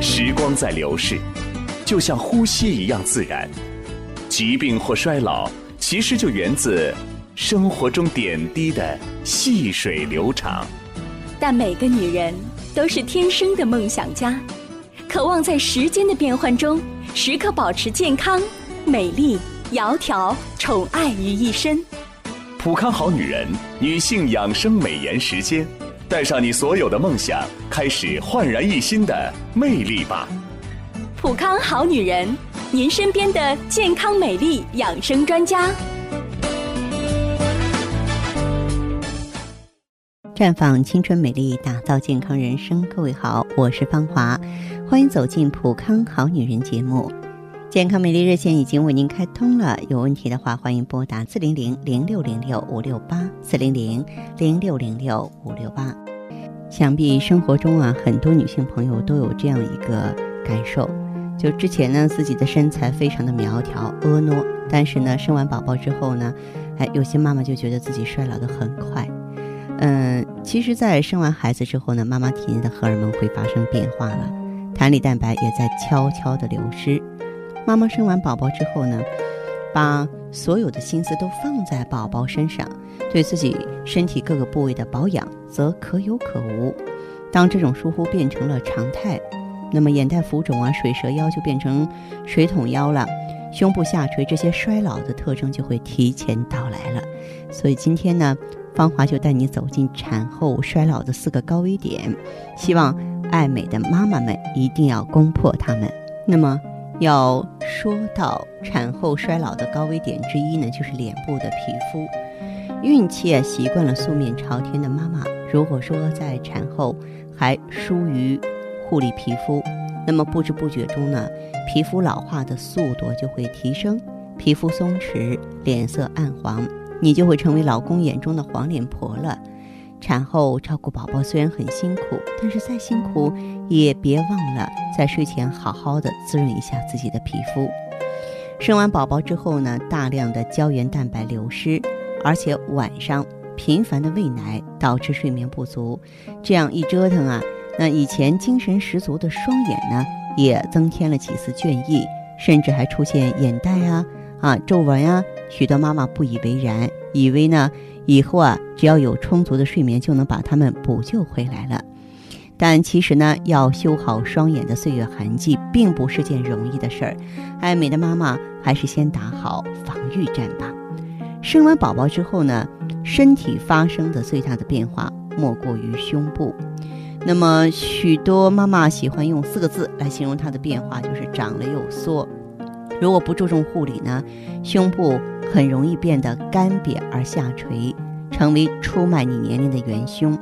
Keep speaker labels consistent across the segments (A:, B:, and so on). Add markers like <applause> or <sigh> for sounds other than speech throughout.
A: 时光在流逝，就像呼吸一样自然。疾病或衰老，其实就源自生活中点滴的细水流长。
B: 但每个女人都是天生的梦想家，渴望在时间的变换中，时刻保持健康、美丽、窈窕、宠爱于一身。
A: 普康好女人女性养生美颜时间，带上你所有的梦想，开始焕然一新的魅力吧！
B: 普康好女人，您身边的健康美丽养生专家。
C: 绽放青春美丽，打造健康人生。各位好，我是芳华，欢迎走进《普康好女人》节目。健康美丽热线已经为您开通了，有问题的话欢迎拨打四零零零六零六五六八四零零零六零六五六八。想必生活中啊，很多女性朋友都有这样一个感受，就之前呢自己的身材非常的苗条婀娜，但是呢生完宝宝之后呢，哎，有些妈妈就觉得自己衰老的很快。嗯，其实，在生完孩子之后呢，妈妈体内的荷尔蒙会发生变化了，弹力蛋白也在悄悄的流失。妈妈生完宝宝之后呢，把所有的心思都放在宝宝身上，对自己身体各个部位的保养则可有可无。当这种疏忽变成了常态，那么眼袋浮肿啊、水蛇腰就变成水桶腰了，胸部下垂这些衰老的特征就会提前到来了。所以今天呢。芳华就带你走进产后衰老的四个高危点，希望爱美的妈妈们一定要攻破它们。那么，要说到产后衰老的高危点之一呢，就是脸部的皮肤。孕期啊，习惯了素面朝天的妈妈，如果说在产后还疏于护理皮肤，那么不知不觉中呢，皮肤老化的速度就会提升，皮肤松弛，脸色暗黄。你就会成为老公眼中的黄脸婆了。产后照顾宝宝虽然很辛苦，但是再辛苦也别忘了在睡前好好的滋润一下自己的皮肤。生完宝宝之后呢，大量的胶原蛋白流失，而且晚上频繁的喂奶导致睡眠不足，这样一折腾啊，那以前精神十足的双眼呢，也增添了几丝倦意，甚至还出现眼袋啊、啊皱纹啊。许多妈妈不以为然，以为呢以后啊只要有充足的睡眠就能把它们补救回来了。但其实呢，要修好双眼的岁月痕迹，并不是件容易的事儿。爱美的妈妈还是先打好防御战吧。生完宝宝之后呢，身体发生的最大的变化莫过于胸部。那么，许多妈妈喜欢用四个字来形容它的变化，就是长了又缩。如果不注重护理呢，胸部很容易变得干瘪而下垂，成为出卖你年龄的元凶。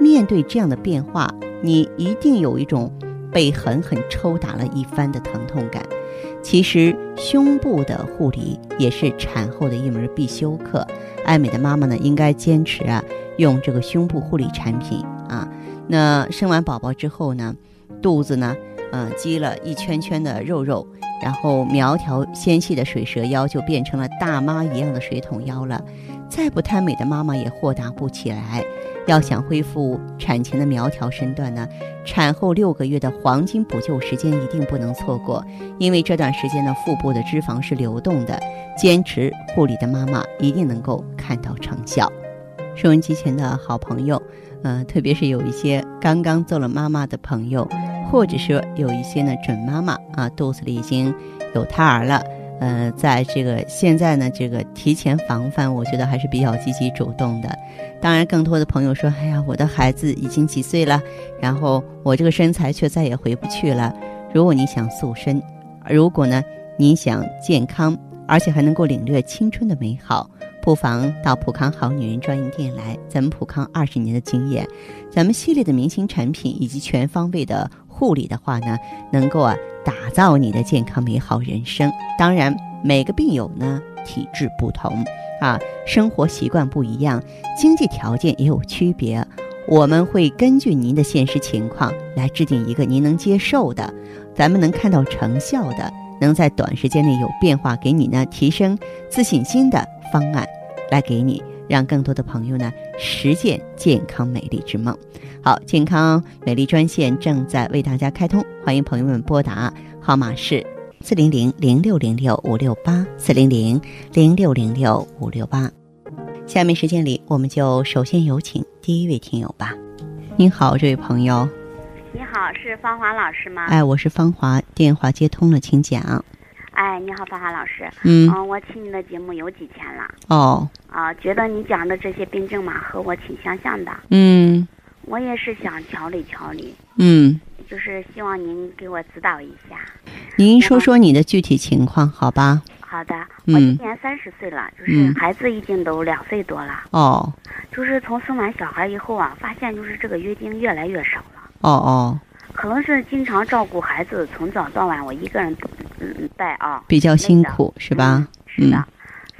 C: 面对这样的变化，你一定有一种被狠狠抽打了一番的疼痛感。其实，胸部的护理也是产后的一门必修课。爱美的妈妈呢，应该坚持啊，用这个胸部护理产品啊。那生完宝宝之后呢，肚子呢，呃，积了一圈圈的肉肉。然后苗条纤细的水蛇腰就变成了大妈一样的水桶腰了，再不贪美的妈妈也豁达不起来。要想恢复产前的苗条身段呢，产后六个月的黄金补救时间一定不能错过，因为这段时间呢，腹部的脂肪是流动的。坚持护理的妈妈一定能够看到成效。收音机前的好朋友，呃，特别是有一些刚刚做了妈妈的朋友。或者说有一些呢准妈妈啊，肚子里已经有胎儿了，呃，在这个现在呢，这个提前防范，我觉得还是比较积极主动的。当然，更多的朋友说：“哎呀，我的孩子已经几岁了，然后我这个身材却再也回不去了。”如果你想塑身，如果呢你想健康，而且还能够领略青春的美好。不妨到普康好女人专营店来，咱们普康二十年的经验，咱们系列的明星产品以及全方位的护理的话呢，能够啊打造你的健康美好人生。当然，每个病友呢体质不同啊，生活习惯不一样，经济条件也有区别。我们会根据您的现实情况来制定一个您能接受的，咱们能看到成效的，能在短时间内有变化，给你呢提升自信心的方案。来给你，让更多的朋友呢实践健康美丽之梦。好，健康美丽专线正在为大家开通，欢迎朋友们拨打，号码是四零零零六零六五六八四零零零六零六五六八。下面时间里，我们就首先有请第一位听友吧。您好，这位朋友，
D: 你好，是芳华老师吗？
C: 哎，我是芳华，电话接通了，请讲。
D: 哎，你好，芳华老师。
C: 嗯，
D: 嗯，我听你的节目有几天了
C: 哦，
D: 啊，觉得你讲的这些病症嘛和我挺相像的，
C: 嗯
D: 我也是想调理调理，
C: 嗯，
D: 就是希望您给我指导一下。
C: 您说说你的具体情况，好吧？
D: 好的，我
C: 嗯
D: 今年三十岁了，就是
C: 嗯
D: 孩子已经都两岁多了，
C: 哦
D: 就是从生完小孩以后啊，发现就是这个月经越来越少了，
C: 哦哦，
D: 可能是经常照顾孩子，从早到晚我一个人嗯嗯带啊，
C: 比较辛苦是吧？
D: 是的
C: 嗯，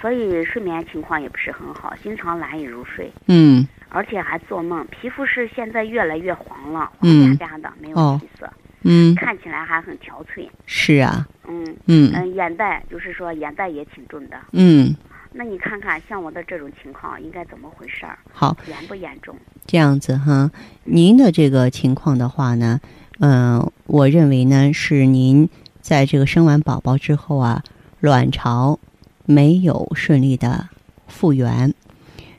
D: 所以睡眠情况也不是很好，经常难以入睡。
C: 嗯
D: 而且还做梦，皮肤是现在越来越黄了，
C: 嗯
D: 黄加加的，没
C: 哦
D: 有起色，
C: 嗯，
D: 看起来还很憔悴。
C: 是啊，
D: 嗯
C: 嗯
D: 嗯，眼袋就是说眼袋也挺重的。
C: 嗯，
D: 那你看看像我的这种情况应该怎么回事儿？
C: 好，
D: 严不严重？
C: 这样子哈，您的这个情况的话呢，嗯、我认为呢是您在这个生完宝宝之后啊，卵巢没有顺利的复原，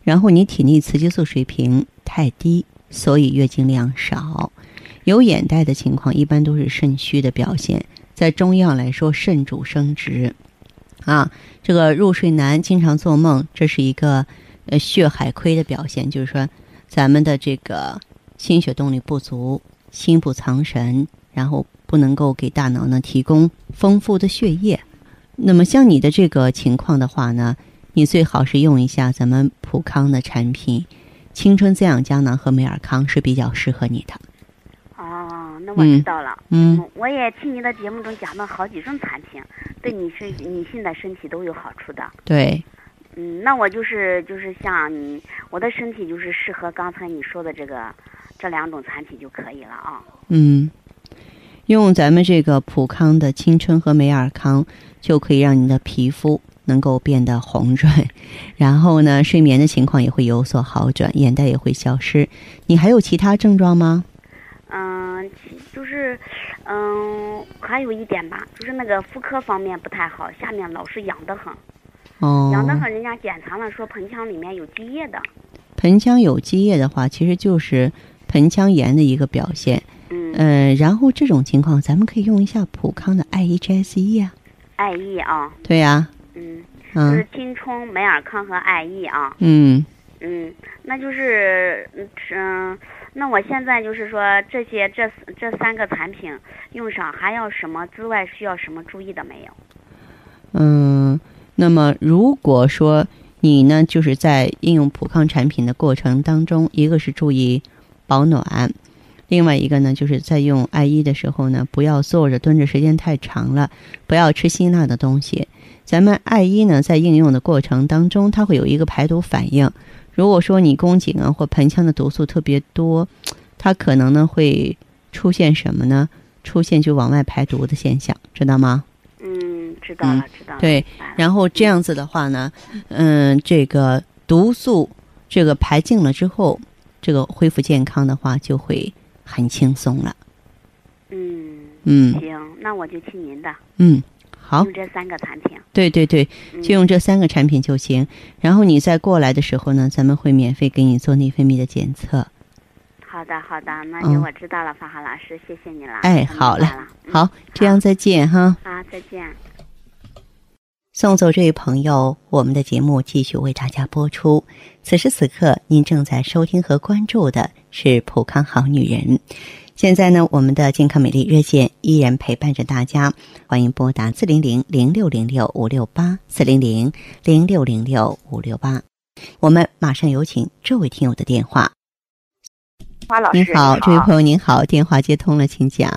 C: 然后你体内雌激素水平太低，所以月经量少，有眼袋的情况一般都是肾虚的表现，在中药来说，肾主生殖，啊，这个入睡难，经常做梦，这是一个呃血海亏的表现，就是说。咱们的这个心血动力不足，心不藏神，然后不能够给大脑呢提供丰富的血液。那么像你的这个情况的话呢，你最好是用一下咱们普康的产品，青春滋养胶囊和美尔康是比较适合你的。
D: 哦，那我
C: 嗯
D: 知道了。
C: 嗯，
D: 我也听您的节目中讲了好几种产品，对你是女性的身体都有好处的。
C: 对，
D: 嗯，那我就是就是像你，我的身体就是适合刚才你说的这个这两种产品就可以了啊。
C: 嗯，用咱们这个普康的青春和美尔康，就可以让你的皮肤能够变得红润，然后呢，睡眠的情况也会有所好转，眼袋也会消失。你还有其他症状吗？
D: 嗯，其就是，嗯，还有一点吧，就是那个妇科方面不太好，下面老是痒得很，
C: 哦，
D: 痒得很，人家检查了说盆腔里面有积液的，
C: 盆腔有积液的话，其实就是盆腔炎的一个表现。
D: 嗯，
C: 嗯、然后这种情况，咱们可以用一下普康的 IEGSE 啊。
D: 爱意啊，
C: 对呀、
D: 嗯，就
C: 嗯
D: 是青春、美尔康和爱意啊，
C: 嗯
D: 嗯，那就是，嗯嗯，那我现在就是说这些这这三个产品用上还要什么之外需要什么注意的没有？
C: 嗯，那么如果说你呢，就是在应用普康产品的过程当中，一个是注意保暖，另外一个呢，就是在用艾依的时候呢，不要坐着蹲着时间太长了，不要吃辛辣的东西。咱们艾依呢，在应用的过程当中，它会有一个排毒反应。如果说你宫颈啊或盆腔的毒素特别多，它可能呢会出现什么呢？出现就往外排毒的现象，知道吗？
D: 嗯，知道了，知道了，
C: 对，
D: 明白了
C: 然后这样子的话呢，嗯，这个毒素这个排净了之后，这个恢复健康的话就会很轻松了。
D: 嗯，
C: 嗯
D: 行，那我就听您的，
C: 嗯，好，
D: 用这三个产品。
C: 对对对，
D: 嗯
C: 就用这三个产品就行。然后你再过来的时候呢，咱们会免费给你做内分泌的检测。
D: 好的，好的，那
C: 嗯
D: 就我知道了，法华老师，谢谢你了。
C: 哎
D: 我明
C: 好
D: 白
C: 嘞
D: 了，嗯
C: 好，这样再见哈。
D: 好，再见。
C: 送走这位朋友，我们的节目继续为大家播出。此时此刻，您正在收听和关注的是《普康好女人》。现在呢，我们的健康美丽热线依然陪伴着大家，欢迎拨打四零零零六零六五六八四零零零六零六五六八。我们马上有请这位听友的电话。
E: 芳华老师，
C: 您好，这位
E: 友
C: 朋友您好，电话接通了，请讲。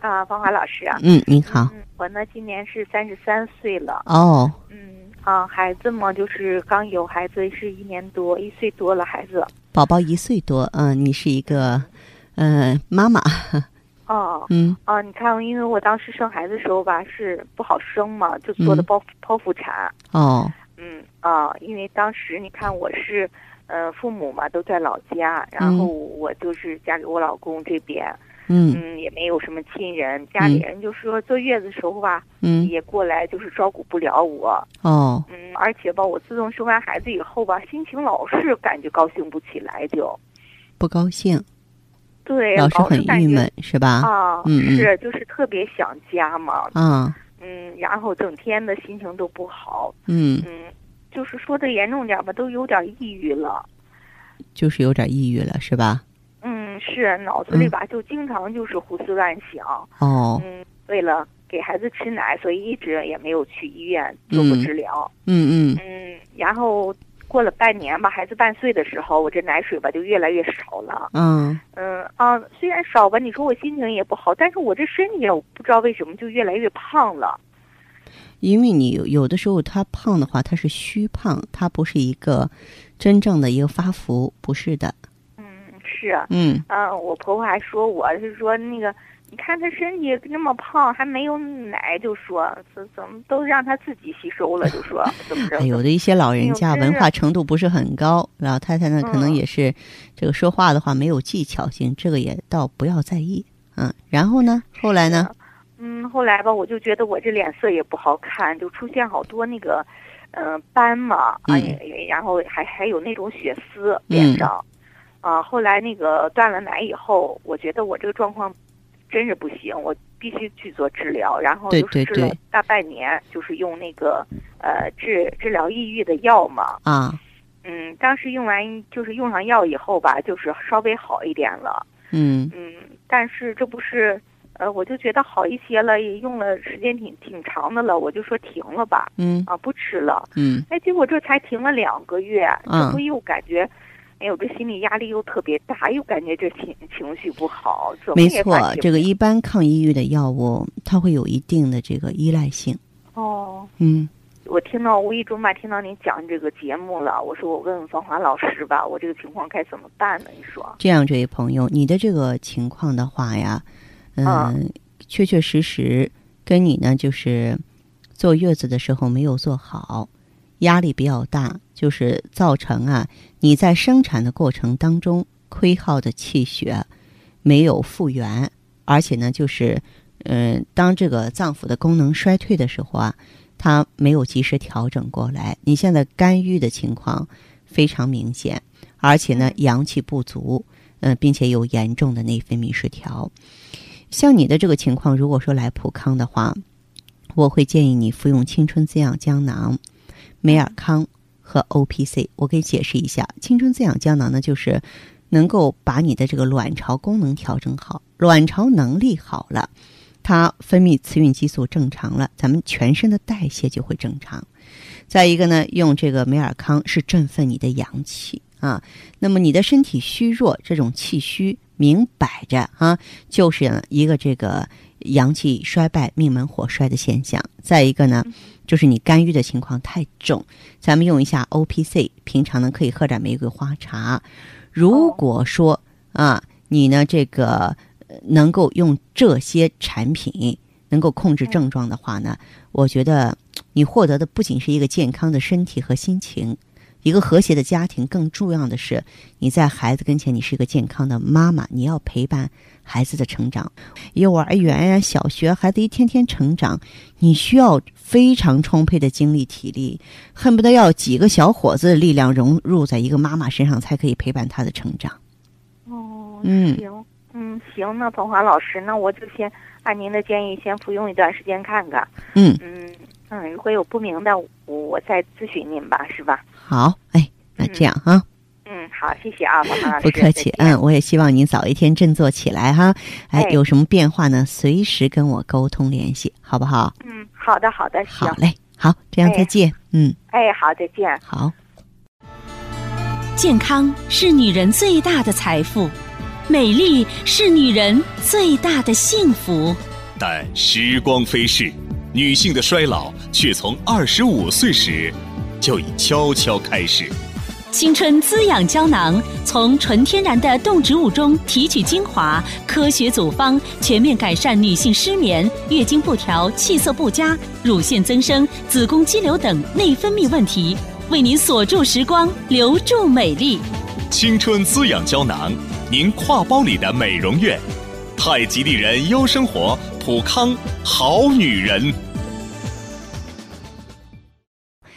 E: 啊，芳华老师啊，
C: 嗯，您好。
E: 嗯，我呢今年是三十三岁了，
C: 哦，
E: 嗯啊，孩子嘛就是刚有孩子是一年多，一岁多了孩子，
C: 宝宝一岁多，嗯、你是一个，嗯，妈妈，
E: 哦
C: 嗯
E: 啊，你看，因为我当时生孩子的时候吧是不好生嘛，就做的
C: 嗯
E: 剖、剖腹产，
C: 哦。
F: 嗯啊，因为当时你看我是，呃，父母嘛都在老家，然后我就是嫁给我老公这边，
C: 嗯
F: 嗯，也没有什么亲人，家里人就说坐月子时候吧，
C: 嗯，
F: 也过来就是照顾不了我，
C: 哦，
F: 嗯，而且吧，我自从生完孩子以后吧，心情老是感觉高兴不起来就，
C: 不高兴，
F: 对，
C: 老是很
F: 感
C: 郁
F: 觉
C: 闷，是吧？
F: 啊，
C: 嗯嗯
F: 是就是特别想家嘛，
C: 啊，
F: 嗯，然后整天的心情都不好，
C: 嗯，
F: 嗯，就是说的严重点吧，都有点抑郁了。
C: 就是有点抑郁了，是吧？
F: 嗯，是脑子里吧，就经常就是胡思乱想。
C: 哦，
F: 嗯，为了给孩子吃奶，所以一直也没有去医院做过治疗。
C: 嗯嗯，
F: 嗯，然后过了半年吧，孩子半岁的时候，我这奶水吧就越来越少了。
C: 啊，
F: 嗯啊，虽然少吧，你说我心情也不好，但是我这身体我不知道为什么就越来越胖了。
C: 因为你有有的时候他胖的话，他是虚胖，他不是一个真正的一个发福，不是的。
F: 嗯，是。
C: 嗯
F: 嗯，我婆婆还说我是说那个，你看她身体这么胖，还没有奶，就说怎怎么都让她自己吸收了，就说怎么着
C: 哎，有的一些老人家
F: 哎呦真
C: 文
F: 是
C: 化程度不是很高，老太太呢可能
F: 嗯
C: 也是这个说话的话没有技巧性，这个也倒不要在意。嗯，然后呢，后来呢？
F: 嗯，后来吧，我就觉得我这脸色也不好看，就出现好多那个，呃，斑嘛，
C: 嗯
F: 哎呀，然后还还有那种血丝
C: 嗯
F: 脸上，啊，后来那个断了奶以后，我觉得我这个状况真是不行，我必须去做治疗，然后
C: 对
F: 就是
C: 对
F: 治了
C: 对
F: 大半年，就是用那个呃治治疗抑郁的药嘛，
C: 啊，
F: 嗯，当时用完就是用上药以后吧，就是稍微好一点了。
C: 嗯
F: 嗯，但是这不是，呃，我就觉得好一些了，也用了时间挺挺长的了，我就说停了吧，
C: 嗯
F: 啊，不吃了。
C: 嗯
F: 哎，结果这才停了两个月，
C: 嗯
F: 这不又感觉，哎呦，这心理压力又特别大，又感觉这情情绪不好，怎么
C: 没
F: 也
C: 错
F: 发，泄
C: 这个
F: 不了
C: 一般抗抑郁的药物，它会有一定的这个依赖性。
F: 哦。
C: 嗯
F: 我听到无意中吧，听到您讲这个节目了，我说我问问芳华老师吧，我这个情况该怎么办呢？你说，
C: 这样，这位朋友，你的这个情况的话呀，嗯，
F: 啊
C: 确确实实跟你呢就是坐月子的时候没有做好，压力比较大，就是造成啊你在生产的过程当中亏耗的气血没有复原，而且呢就是嗯、呃当这个脏腑的功能衰退的时候啊，它没有及时调整过来，你现在肝郁的情况非常明显，而且呢阳气不足，嗯、并且有严重的内分泌失调。像你的这个情况，如果说来普康的话，我会建议你服用青春滋养胶囊、美尔康和 O P C。我给解释一下，青春滋养胶囊呢，就是能够把你的这个卵巢功能调整好，卵巢能力好了，它分泌雌孕激素正常了，咱们全身的代谢就会正常。再一个呢，用这个美尔康是振奋你的阳气啊。那么你的身体虚弱，这种气虚明摆着啊，就是一个这个阳气衰败、命门火衰的现象。再一个呢，就是你肝郁的情况太重，咱们用一下 O P C，平常呢可以喝点玫瑰花茶。如果说啊，你呢这个呃能够用这些产品能够控制症状的话呢，我觉得你获得的不仅是一个健康的身体和心情，一个和谐的家庭，更重要的是你在孩子跟前，你是一个健康的妈妈，你要陪伴孩子的成长。幼儿园呀、小学，孩子一天天成长，你需要非常充沛的精力体力，恨不得要几个小伙子的力量融入在一个妈妈身上，才可以陪伴他的成长。
F: 哦，
C: 嗯
F: 行，嗯，行，那彭华老师，那我就先按您的建议先服用一段时间看看。
C: 嗯，
F: 嗯嗯，如果有不明白，我我再咨询您吧，是吧？
C: 好，哎，那这样哈、
F: 嗯，好，谢谢啊，彭华老师，
C: 不客气，
F: 再见
C: 嗯，我也希望您早一天振作起来哈。哎，
F: 哎
C: 有什么变化呢，随时跟我沟通联系，好不好？
F: 嗯，好的，好的，行
C: 好，嘞，好，这样
F: 哎
C: 再见。嗯，
F: 哎，好，再见。
C: 好。
G: 健康是女人最大的财富，美丽是女人最大的幸福。
A: 但时光飞逝，女性的衰老却从二十五岁时就已悄悄开始。
G: 新春滋养胶囊从纯天然的动植物中提取精华，科学组方，全面改善女性失眠、月经不调、气色不佳、乳腺增生、子宫肌瘤等内分泌问题，为您锁住时光，留住美丽。
A: 青春滋养胶囊，您挎包里的美容院。太极丽人优生活，普康好女人。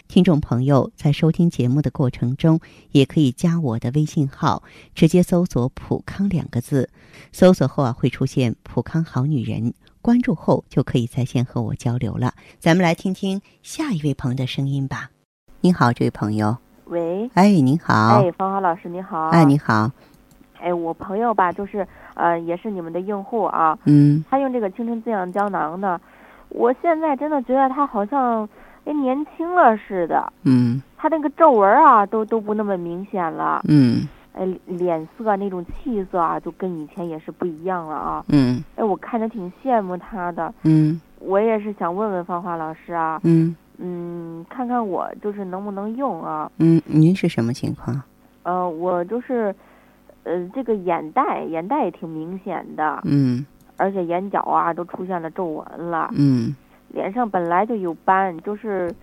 C: 听众朋友在收听节目的过程中，也可以加我的微信号，直接搜索“普康”两个字，搜索后啊会出现“普康好女人”，关注后就可以在线和我交流了。咱们来听听下一位朋友的声音吧。您好，这位朋友，
F: 喂，
C: 哎，您好，
F: 哎，芳华老师你好，
C: 哎，你好，
F: 哎，我朋友吧，就是呃，也是你们的用户啊，
C: 嗯
F: 他用这个青春滋养胶囊呢，我现在真的觉得他好像哎年轻了似的，
C: 嗯
F: 他那个皱纹啊都都不那么明显了，
C: 嗯
F: 哎，脸色那种气色啊，就跟以前也是不一样了啊，
C: 嗯
F: 哎，我看着挺羡慕他的，
C: 嗯
F: 我也是想问问芳华老师啊，
C: 嗯
F: 嗯，看看我就是能不能用啊，
C: 嗯，您是什么情况？
F: 呃，我就是，呃，这个眼袋，眼袋也挺明显的，
C: 嗯
F: 而且眼角啊都出现了皱纹了，
C: 嗯
F: 脸上本来就有斑，就是，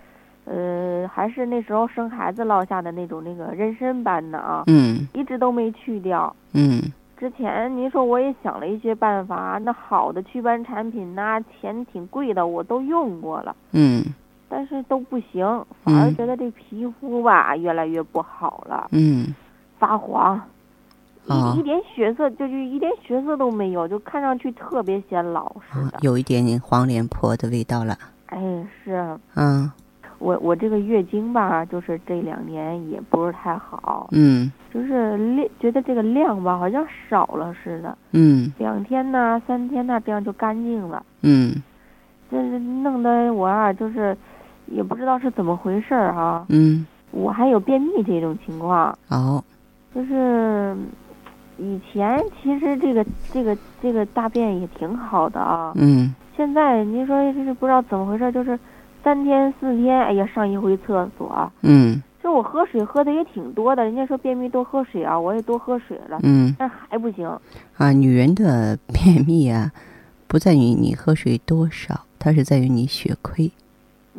F: 呃，还是那时候生孩子落下的那种那个妊娠斑呢啊，
C: 嗯
F: 一直都没去掉。
C: 嗯
F: 之前您说我也想了一些办法，那好的祛斑产品呐、钱挺贵的，我都用过了，
C: 嗯
F: 但是都不行，反而
C: 嗯
F: 觉得这皮肤吧越来越不好了。
C: 嗯
F: 发黄，一、
C: 哦
F: 一点血色就就一点血色都没有，就看上去特别显老似
C: 啊
F: 的。，
C: 有一点点黄脸婆的味道了，
F: 哎，是
C: 啊，
F: 我我这个月经吧，就是这两年也不是太好，
C: 嗯
F: 就是量觉得这个量吧好像少了似的，
C: 嗯
F: 两天呐、三天呐，这样就干净了。
C: 嗯
F: 这弄得我啊，就是也不知道是怎么回事儿啊。
C: 嗯，
F: 我还有便秘这种情况，
C: 哦，
F: 就是以前其实这个这个这个大便也挺好的啊，
C: 嗯
F: 现在您说这是不知道怎么回事，就是三天四天，哎呀上一回厕所。啊
C: 嗯
F: 就我喝水喝的也挺多的，人家说便秘多喝水啊，我也多喝水了，
C: 嗯
F: 但还不行。
C: 啊，女人的便秘啊，不在于你喝水多少，它是在于你血亏。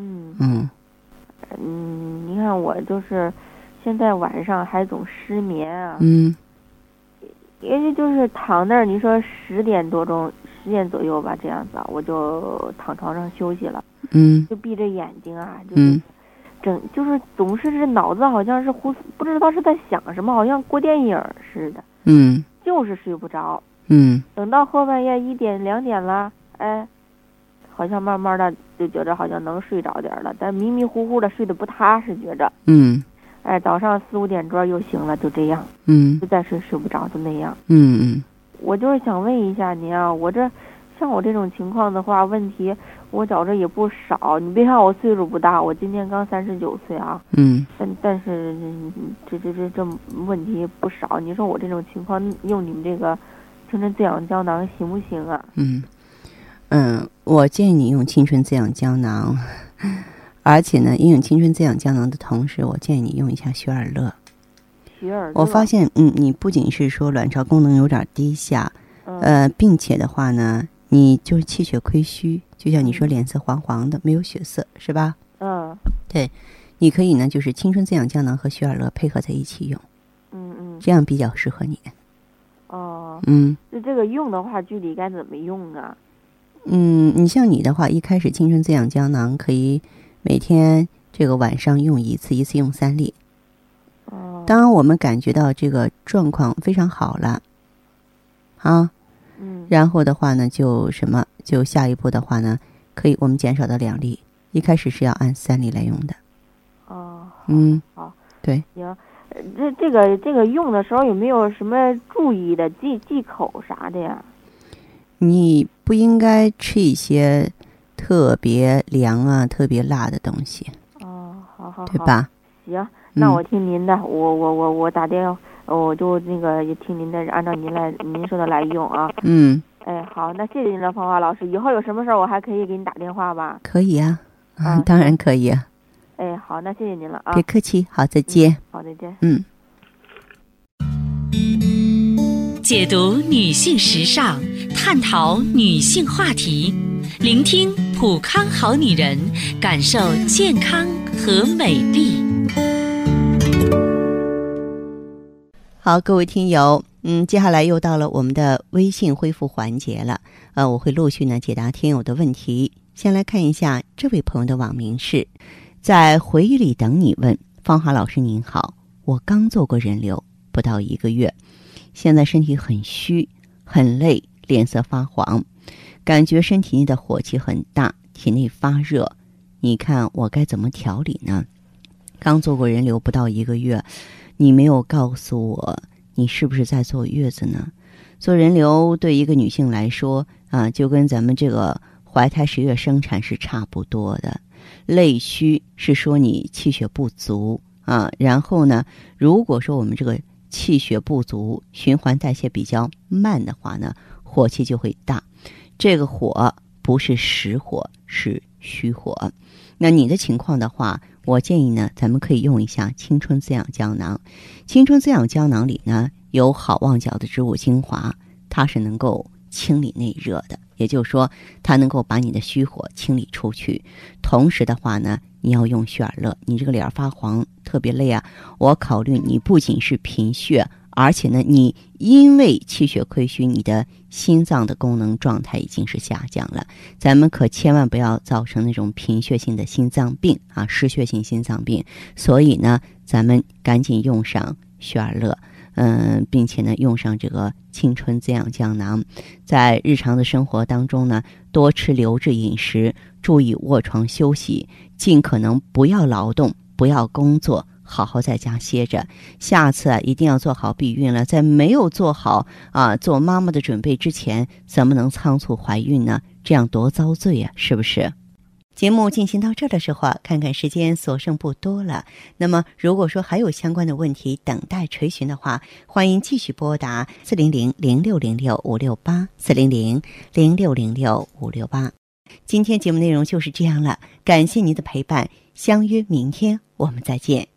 F: 嗯
C: 嗯
F: 嗯，你看我就是现在晚上还总失眠啊，
C: 嗯
F: 因为就是躺那儿，您说十点多钟、十点左右吧，这样子啊我就躺床上休息了。
C: 嗯
F: 就闭着眼睛啊，就是
C: 嗯
F: 整就是总是这脑子好像是胡思，不知道是在想什么，好像过电影儿似的，
C: 嗯
F: 就是睡不着。
C: 嗯
F: 等到后半夜一点两点了，哎，好像慢慢的就觉着好像能睡着点儿了，但迷迷糊糊的睡得不踏实，觉着，
C: 嗯
F: 哎，早上四五点钟又醒了，就这样，
C: 嗯
F: 就再睡睡不着，就那样。
C: 嗯
F: 我就是想问一下您啊，我这像我这种情况的话，问题我觉着也不少。你别看我岁数不大，我今年刚三十九岁啊，
C: 嗯
F: 但但是嗯这这这这问题不少。你说我这种情况用你们这个青春滋养胶囊行不行啊？
C: 嗯嗯，我建议你用青春滋养胶囊，而且呢，应用青春滋养胶囊的同时，我建议你用一下雪尔乐。
F: 雪耳乐，
C: 我发现，嗯，你不仅是说卵巢功能有点低下，
F: 嗯、
C: 呃，并且的话呢，你就是气血亏虚，就像你说
F: 嗯
C: 脸色黄黄的，没有血色，是吧？
F: 嗯
C: 你可以呢，就是青春滋养胶囊和雪尔乐配合在一起用，
F: 嗯嗯
C: 这样比较适合你。
F: 哦，
C: 嗯
F: 就这个用的话，具体该怎么用啊？
C: 嗯，你像你的话，一开始青春滋养胶囊可以每天这个晚上用一次，一次用三粒。
F: 哦，
C: 当我们感觉到这个状况非常好了，啊，
F: 嗯
C: 然后的话呢，就什么，就下一步的话呢，可以我们减少到两粒，一开始是要按三粒来用的。
F: 哦，好
C: 嗯。
F: 这这个这个用的时候有没有什么注意的忌忌口啥的呀？
C: 你不应该吃一些特别凉啊、特别辣的东西，
F: 哦，好好好，
C: 对？吧？
F: 行，那
C: 嗯
F: 我听您的，我我我我打电话，我就那个也听您的，按照您来您说的来用啊。
C: 嗯，
F: 哎，好，那谢谢您了，芳华老师，以后有什么事儿我还可以给你打电话吧？
C: <laughs> 可以啊，
F: 啊
C: 当然可以啊。
F: 哎，好，那谢谢您了啊
C: 别。客气，好，再见。
F: 好，再见。
C: 嗯，
G: 解读女性时尚，探讨女性话题，聆听普康好女人，感受健康和美丽。
C: 好，各位听友，嗯，接下来又到了我们的微信恢复环节了。呃，我会陆续呢解答听友的问题。先来看一下这位朋友的网名是，在回忆里等你问芳华老师您好，我刚做过人流不到一个月，现在身体很虚，很累，脸色发黄，感觉身体内的火气很大，体内发热，你看我该怎么调理呢？刚做过人流不到一个月，你没有告诉我你是不是在坐月子呢？做人流对一个女性来说啊，就跟咱们这个怀胎十月生产是差不多的。累虚是说你气血不足啊，然后呢，如果说我们这个气血不足，循环代谢比较慢的话呢，火气就会大。这个火不是实火，是虚火。那你的情况的话，我建议呢，咱们可以用一下青春滋养胶囊。青春滋养胶囊里呢有好望角的植物精华，它是能够清理内热的，也就是说，它能够把你的虚火清理出去。同时的话呢，你要用雪尔乐，你这个脸儿发黄，特别累啊，我考虑你不仅是贫血，而且呢，你因为气血亏虚，你的心脏的功能状态已经是下降了。咱们可千万不要造成那种贫血性的心脏病啊，失血性心脏病。所以呢，咱们赶紧用上雪尔乐，嗯，并且呢，用上这个青春滋养胶囊，在日常的生活当中呢，多吃流质饮食，注意卧床休息，尽可能不要劳动，不要工作。好好在家歇着，下次啊一定要做好避孕了。在没有做好啊做妈妈的准备之前，怎么能仓促怀孕呢？这样多遭罪呀、是不是？节目进行到这儿的时候啊，看看时间所剩不多了。那么，如果说还有相关的问题等待垂询的话，欢迎继续拨打四零零零六零六五六八四零零零六零六五六八。今天节目内容就是这样了，感谢您的陪伴，相约明天我们再见。